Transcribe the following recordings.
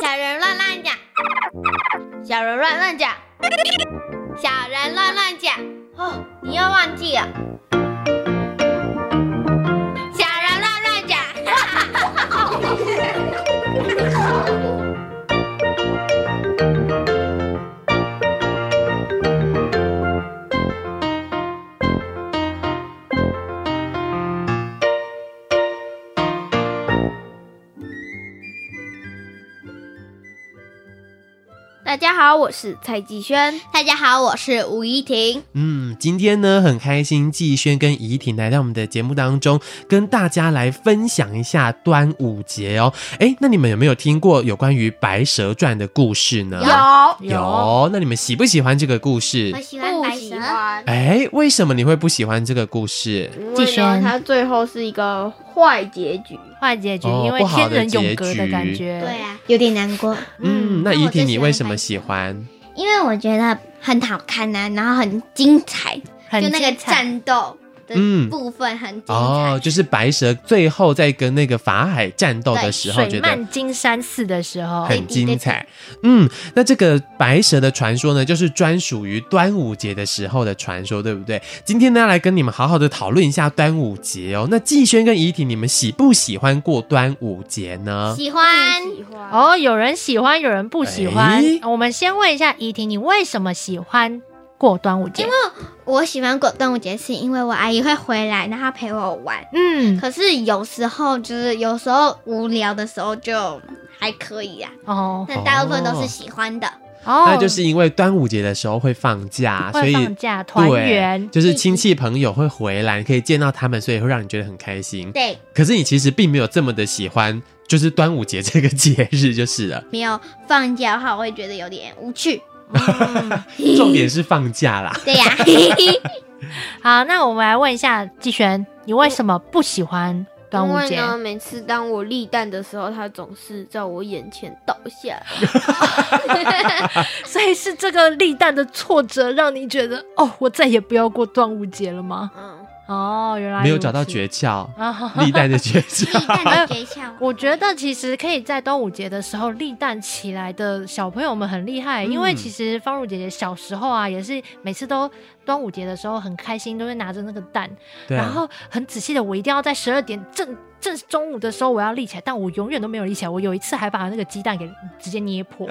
小人乱乱讲，小人乱乱讲，小人乱乱讲。哦，你又忘记了。小人乱乱讲，大家好，我是蔡继轩。大家好，我是吴怡婷。嗯，今天呢很开心，季轩跟怡婷来到我们的节目当中，跟大家来分享一下端午节哦。哎，那你们有没有听过有关于《白蛇传》的故事呢？有有，那你们喜不喜欢这个故事我？喜欢嗯不白喜蛇，欢？哎，为什么你会不喜欢这个故事？因继为续呢，它最后是一个坏结局。坏结局，哦因为不好天的人永隔结的局感觉。对啊，有点难过，嗯，那那我怡最婷你喜为欢什么白喜蛇欢？因为我觉得很好看呐、然后很精彩，很就那个精彩战斗的嗯部分很精彩。哦，就是白蛇最后在跟那个法海战斗的对时候，觉水得漫金山寺的时候，很精彩。嗯，那这个白蛇的传说呢，就是专属于端午节的时候的传说，对不对？今天呢，来跟你们好好的讨论一下端午节哦。那季轩跟怡婷，你们喜不喜欢过端午节呢？喜欢不喜欢哦，哦，有人喜欢，有人不喜欢。哎我们先问一下怡婷，你为什么喜欢过端午节？我喜欢过端午节，是因为我阿姨会回来，然后陪我玩。嗯，可是有时候就是有时候无聊的时候就还可以啊，哦但大部分都是喜欢的。哦，那就是因为端午节的时候会放假，所会以放假团对圆。就是亲戚朋友会回来，你可以见到他们，所以会让你觉得很开心。对，可是你其实并没有这么的喜欢，就是端午节这个节日就是 了。没有放假的话，我会觉得有点无趣。嗯重点是放假啦。对呀、好，那我们来问一下季璇，你为什么不喜欢端午节因为？呢，每次当我立蛋的时候，它总是在我眼前倒下来。 所以是这个历代的挫折让你觉得，哦，我再也不要过端午节了吗？嗯，哦，原来没有找到诀诀窍， 啊。历代的诀立蛋窍。的诀 窍，我觉得其实可以在端午节的时候立蛋起来的小朋友们很厉害，嗯因为其实芳如姐姐小时候啊，也是每次都端午节的时候很开心，都会拿着那个蛋， 对，啊然后很仔细的，我一定要在十二点正正中午的时候我要立起来，但我永远都没有立起来。我有一次还把那个鸡蛋给直接捏破。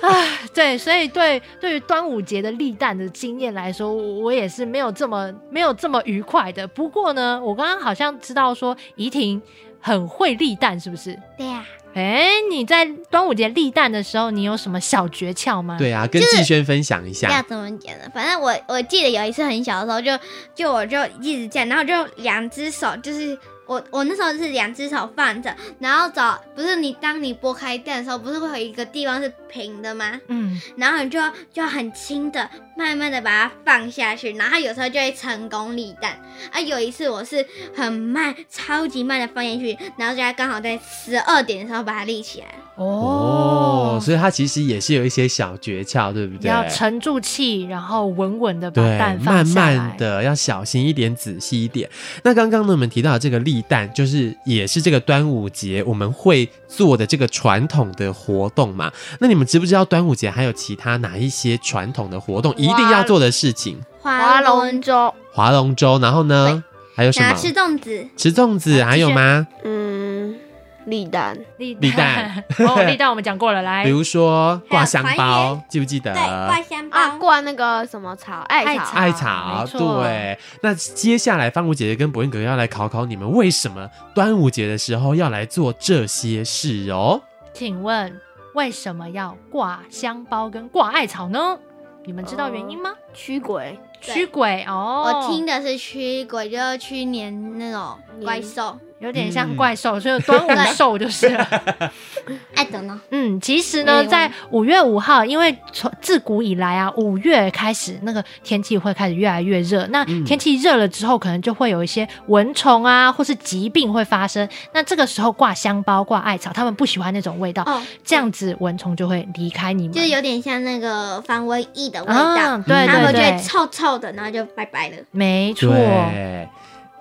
唉，对，所以对对于端午节的立蛋的经验来说，我我也是没有这么没有这么愉快的。不过呢，我刚刚好像知道说怡婷很会立蛋，是不是？对呀、哎，你在端午节立蛋的时候，你有什么小诀窍吗？，对啊，跟季轩分享一要下。怎么讲呢？反正我我记得有一次很小的时候就，就我就一直这样，然后就两只手就是。我我那时候是两只手放着，然后找不是你当你拨开蛋的时候，不是会有一个地方是平的吗？嗯，然后你就就很轻的、慢慢的把它放下去，然后它有时候就会成功立蛋。啊，有一次我是很慢、超级慢的放进去，然后就在刚好在十二点的时候把它立起来。哦哦，，所以他其实也是有一些小诀窍，对不对？要沉住气，然后稳稳的把对蛋，放慢下来。慢的要小心一点，仔细一点。那刚刚呢，我们提到的这个立蛋，就是也是这个端午节我们会做的这个传统的活动嘛。那你们知不知道端午节还有其他哪一些传统的活动一定要做的事情？划龙，舟，划龙舟，然后呢，还有什然么后？吃粽子，吃粽呃子，还有吗？嗯，立蛋，立立蛋， 哦，立蛋我们讲过了，来比，如说哎还有挂香团包，记不记得？对，挂香包。啊，挂那个什么草，艾艾草，草艾没草，错对。那接下来，方如姐姐跟博恩哥要来考考你们，为什么端午节的时候要来做这些事哦？请问为什么要挂香包跟挂艾草呢？你们知道原因吗？驱鬼，哦对驱鬼哦，我听的是驱鬼，就是去年那种怪兽。有点像嗯怪兽，所以端午 兽就是了。哎，等呢？嗯，其实哎呢，我啊在五月五号，因为从自古以来啊，五月开始那个天气会开始越来越热。那嗯天气热了之后，可能就会有一些蚊虫啊，或是疾病会发生。那这个时候挂香包、挂艾草，他们不喜欢那种味道，哦，这样子蚊虫就会离开你们。就是有点像那个防蚊液的味道，嗯啊对然后对就会对，臭臭的，然后就拜拜了。没错。对。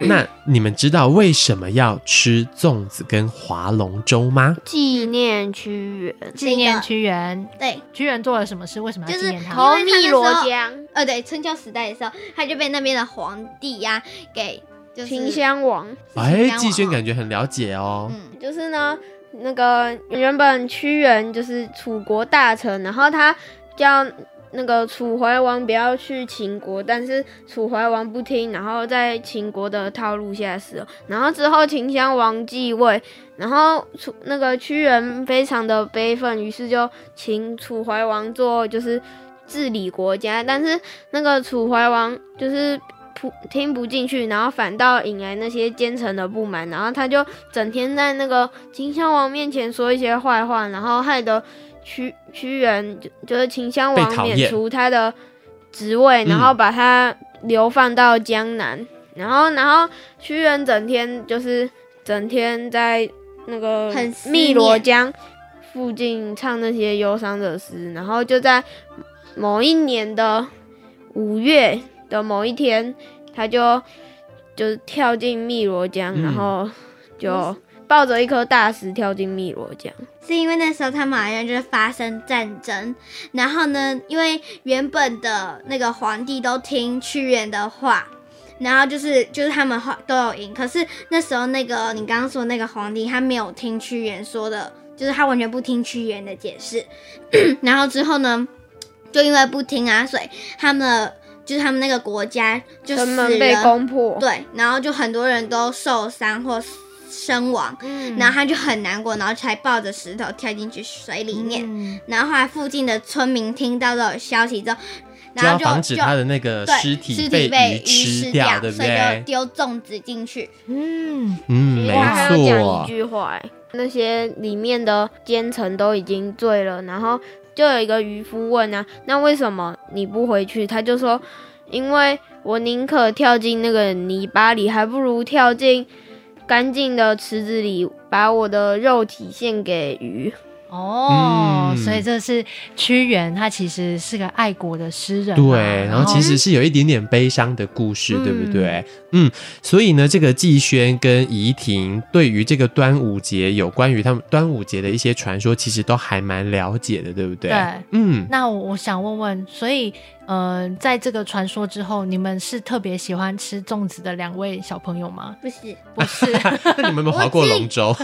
那你们知道为什么要吃粽子跟划龙舟吗？纪念屈原，纪念屈原，对，屈原做了什么事？为什么要就纪是念他？因投为他汨那时候罗江，呃，对，春秋时代的时候，他就被那边的皇帝呀、给就是秦襄王。哎，襄季轩王感觉很了解哦。嗯，就是呢，那个原本屈原就是楚国大臣，然后他叫那个楚怀王不要去秦国，但是楚怀王不听，然后在秦国的套路下死了。然后之后秦襄王继位，然后呃楚那个屈原非常的悲愤，于是就请楚怀王做就是治理国家，但是那个楚怀王就是不呃听不进去，然后反倒引来那些奸臣的不满，然后他就整天在那个秦襄王面前说一些坏话，然后害得屈屈原就就是秦襄被王讨厌免除他的职位，嗯然后把他流放到江南，然后然后屈原整天就是整天在那个很思汨罗念江附近唱那些忧伤的诗，然后就在某一年的五月的某一天，他就就是跳进汨罗江，嗯然后就抱着一颗大石跳进汨罗江。是因为那时候他们好像就是发生战争，然后呢，因为原本的那个皇帝都听屈原的话，然后就是就是他们话都有赢，可是那时候那个你刚刚说那个皇帝他没有听屈原说的，就是他完全不听屈原的解释， 然后之后呢，就因为不听啊，所以他们的就是他们那个国家就城死门被了攻破，对，然后就很多人都受伤或身亡，嗯然后他就很难过，然后才抱着石头跳进去水里面。嗯然后后来附近的村民听到这种消息之后，就然要后就防止就他的那个对尸体被被鱼吃掉，对不所以对就？丢粽子进去。嗯，嗯，没哇还要讲一错。句话、哎那些里面的奸臣都已经醉了，然后就有一个渔夫问啊，那为什么你不回去？他就说，因为我宁可跳进那个泥巴里，还不如跳进干净的池子里，把我的肉体献给鱼。哦，嗯所以这是屈原，他其实是个爱国的诗人啊嘛。对，然后其实是有一点点悲伤的故事，对不嗯对？嗯，所以呢，这个季轩跟怡婷对于这个端午节有关于他们端午节的一些传说，其实都还蛮了解的，对不对？对嗯， 那我我想问问，所以呃，在这个传说之后，你们是特别喜欢吃粽子的两位小朋友吗？ 不是，不是，那你们有没有划过龙舟？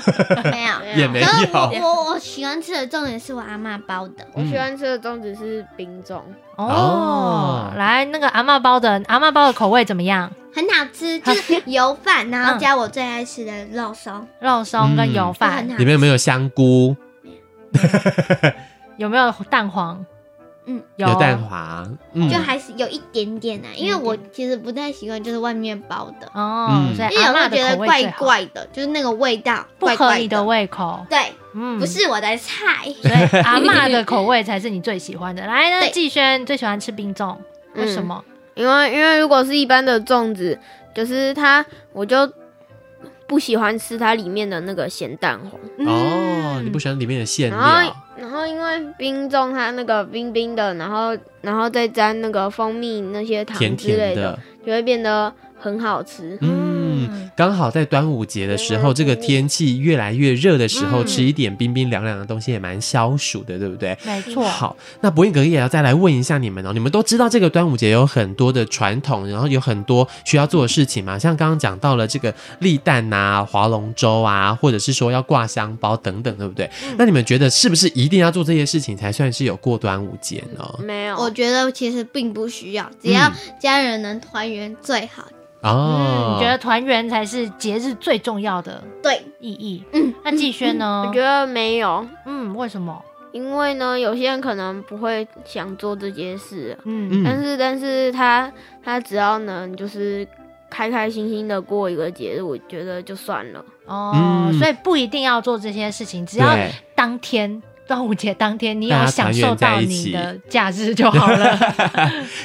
没有。也没啊可是我有我我喜欢吃的粽子是我阿妈包的，嗯我喜欢吃的粽子是冰粽，哦哦，来那个阿嬷包的阿嬷包的口味怎么样？很好 吃，就是油饭，然后嗯加我最爱吃的肉 松，肉松嗯跟油就饭、很好里面有没有香菇？有没有蛋黄？嗯，有有蛋。黄？嗯就还是有一点点呢、因为我其实不太喜欢就是外面包的，哦，嗯所以因为阿我嬷会觉的得口味最怪好，怪的，就是那个味道不怪合怪你的胃口。对，嗯，不，是我的菜。所以阿嬷的口味才是你最喜欢的。来，那对季轩最喜欢吃冰粽，嗯为什么？因为因为如果是一般的粽子，就是它我就不喜欢吃它里面的那个咸蛋黄。哦，嗯你不喜欢里面的馅然后料？然后因为冰粽它那个冰冰的，然后然后再沾那个蜂蜜那些糖甜之类甜的，的，就会变得很好吃。嗯，刚好在端午节的时候，这个天气越来越热的时候，嗯吃一点冰冰凉凉的东西也蛮消暑的，对不对？没错，好，那博印格也要再来问一下你们哦，你们都知道这个端午节有很多的传统，然后有很多需要做的事情嘛，像刚刚讲到了这个立蛋啊、划龙舟啊，或者是说要挂香包等等，对不对？嗯那你们觉得是不是一定要做这些事情才算是有过端午节呢？没有， 我觉得其实并不需要，只要家人能团圆最好。哦嗯，，觉得团圆才是节日最重要的对，意义。嗯，那季轩呢我？觉得没有，嗯，为什么？因为呢，有些人可能不会想做这件事，嗯嗯但是但是他他只要能就是开开心心的过一个节日，我觉得就算了。哦，嗯所以不一定要做这些事情，只要对，当天端午节当天你大有家享团圆受到在一你起的假日就好了。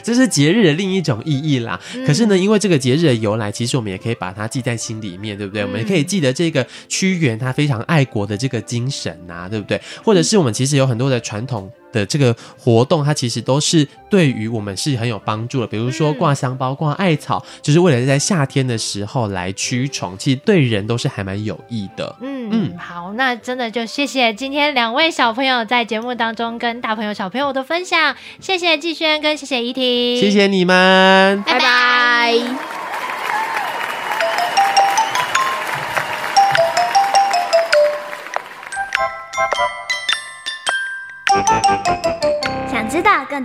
这是节日的另一种意义啦。嗯可是呢，因为这个节日的由来，其实我们也可以把它记在心里面，对不对？我们也可以记得这个啊屈原他非常爱国的这个精神呐、对不对？或者是我们其实有很多的传统。的这个活动，它其实都是对于我们是很有帮助的。比如说嗯挂香包、挂艾草，就是为了在夏天的时候来驱虫，其实对人都是还蛮有益的。嗯，好，那真的就谢谢今天两位小朋友在节目当中跟大朋友、小朋友的分享，谢谢季轩跟谢谢怡婷，谢。谢你们。拜拜拜拜。想知道更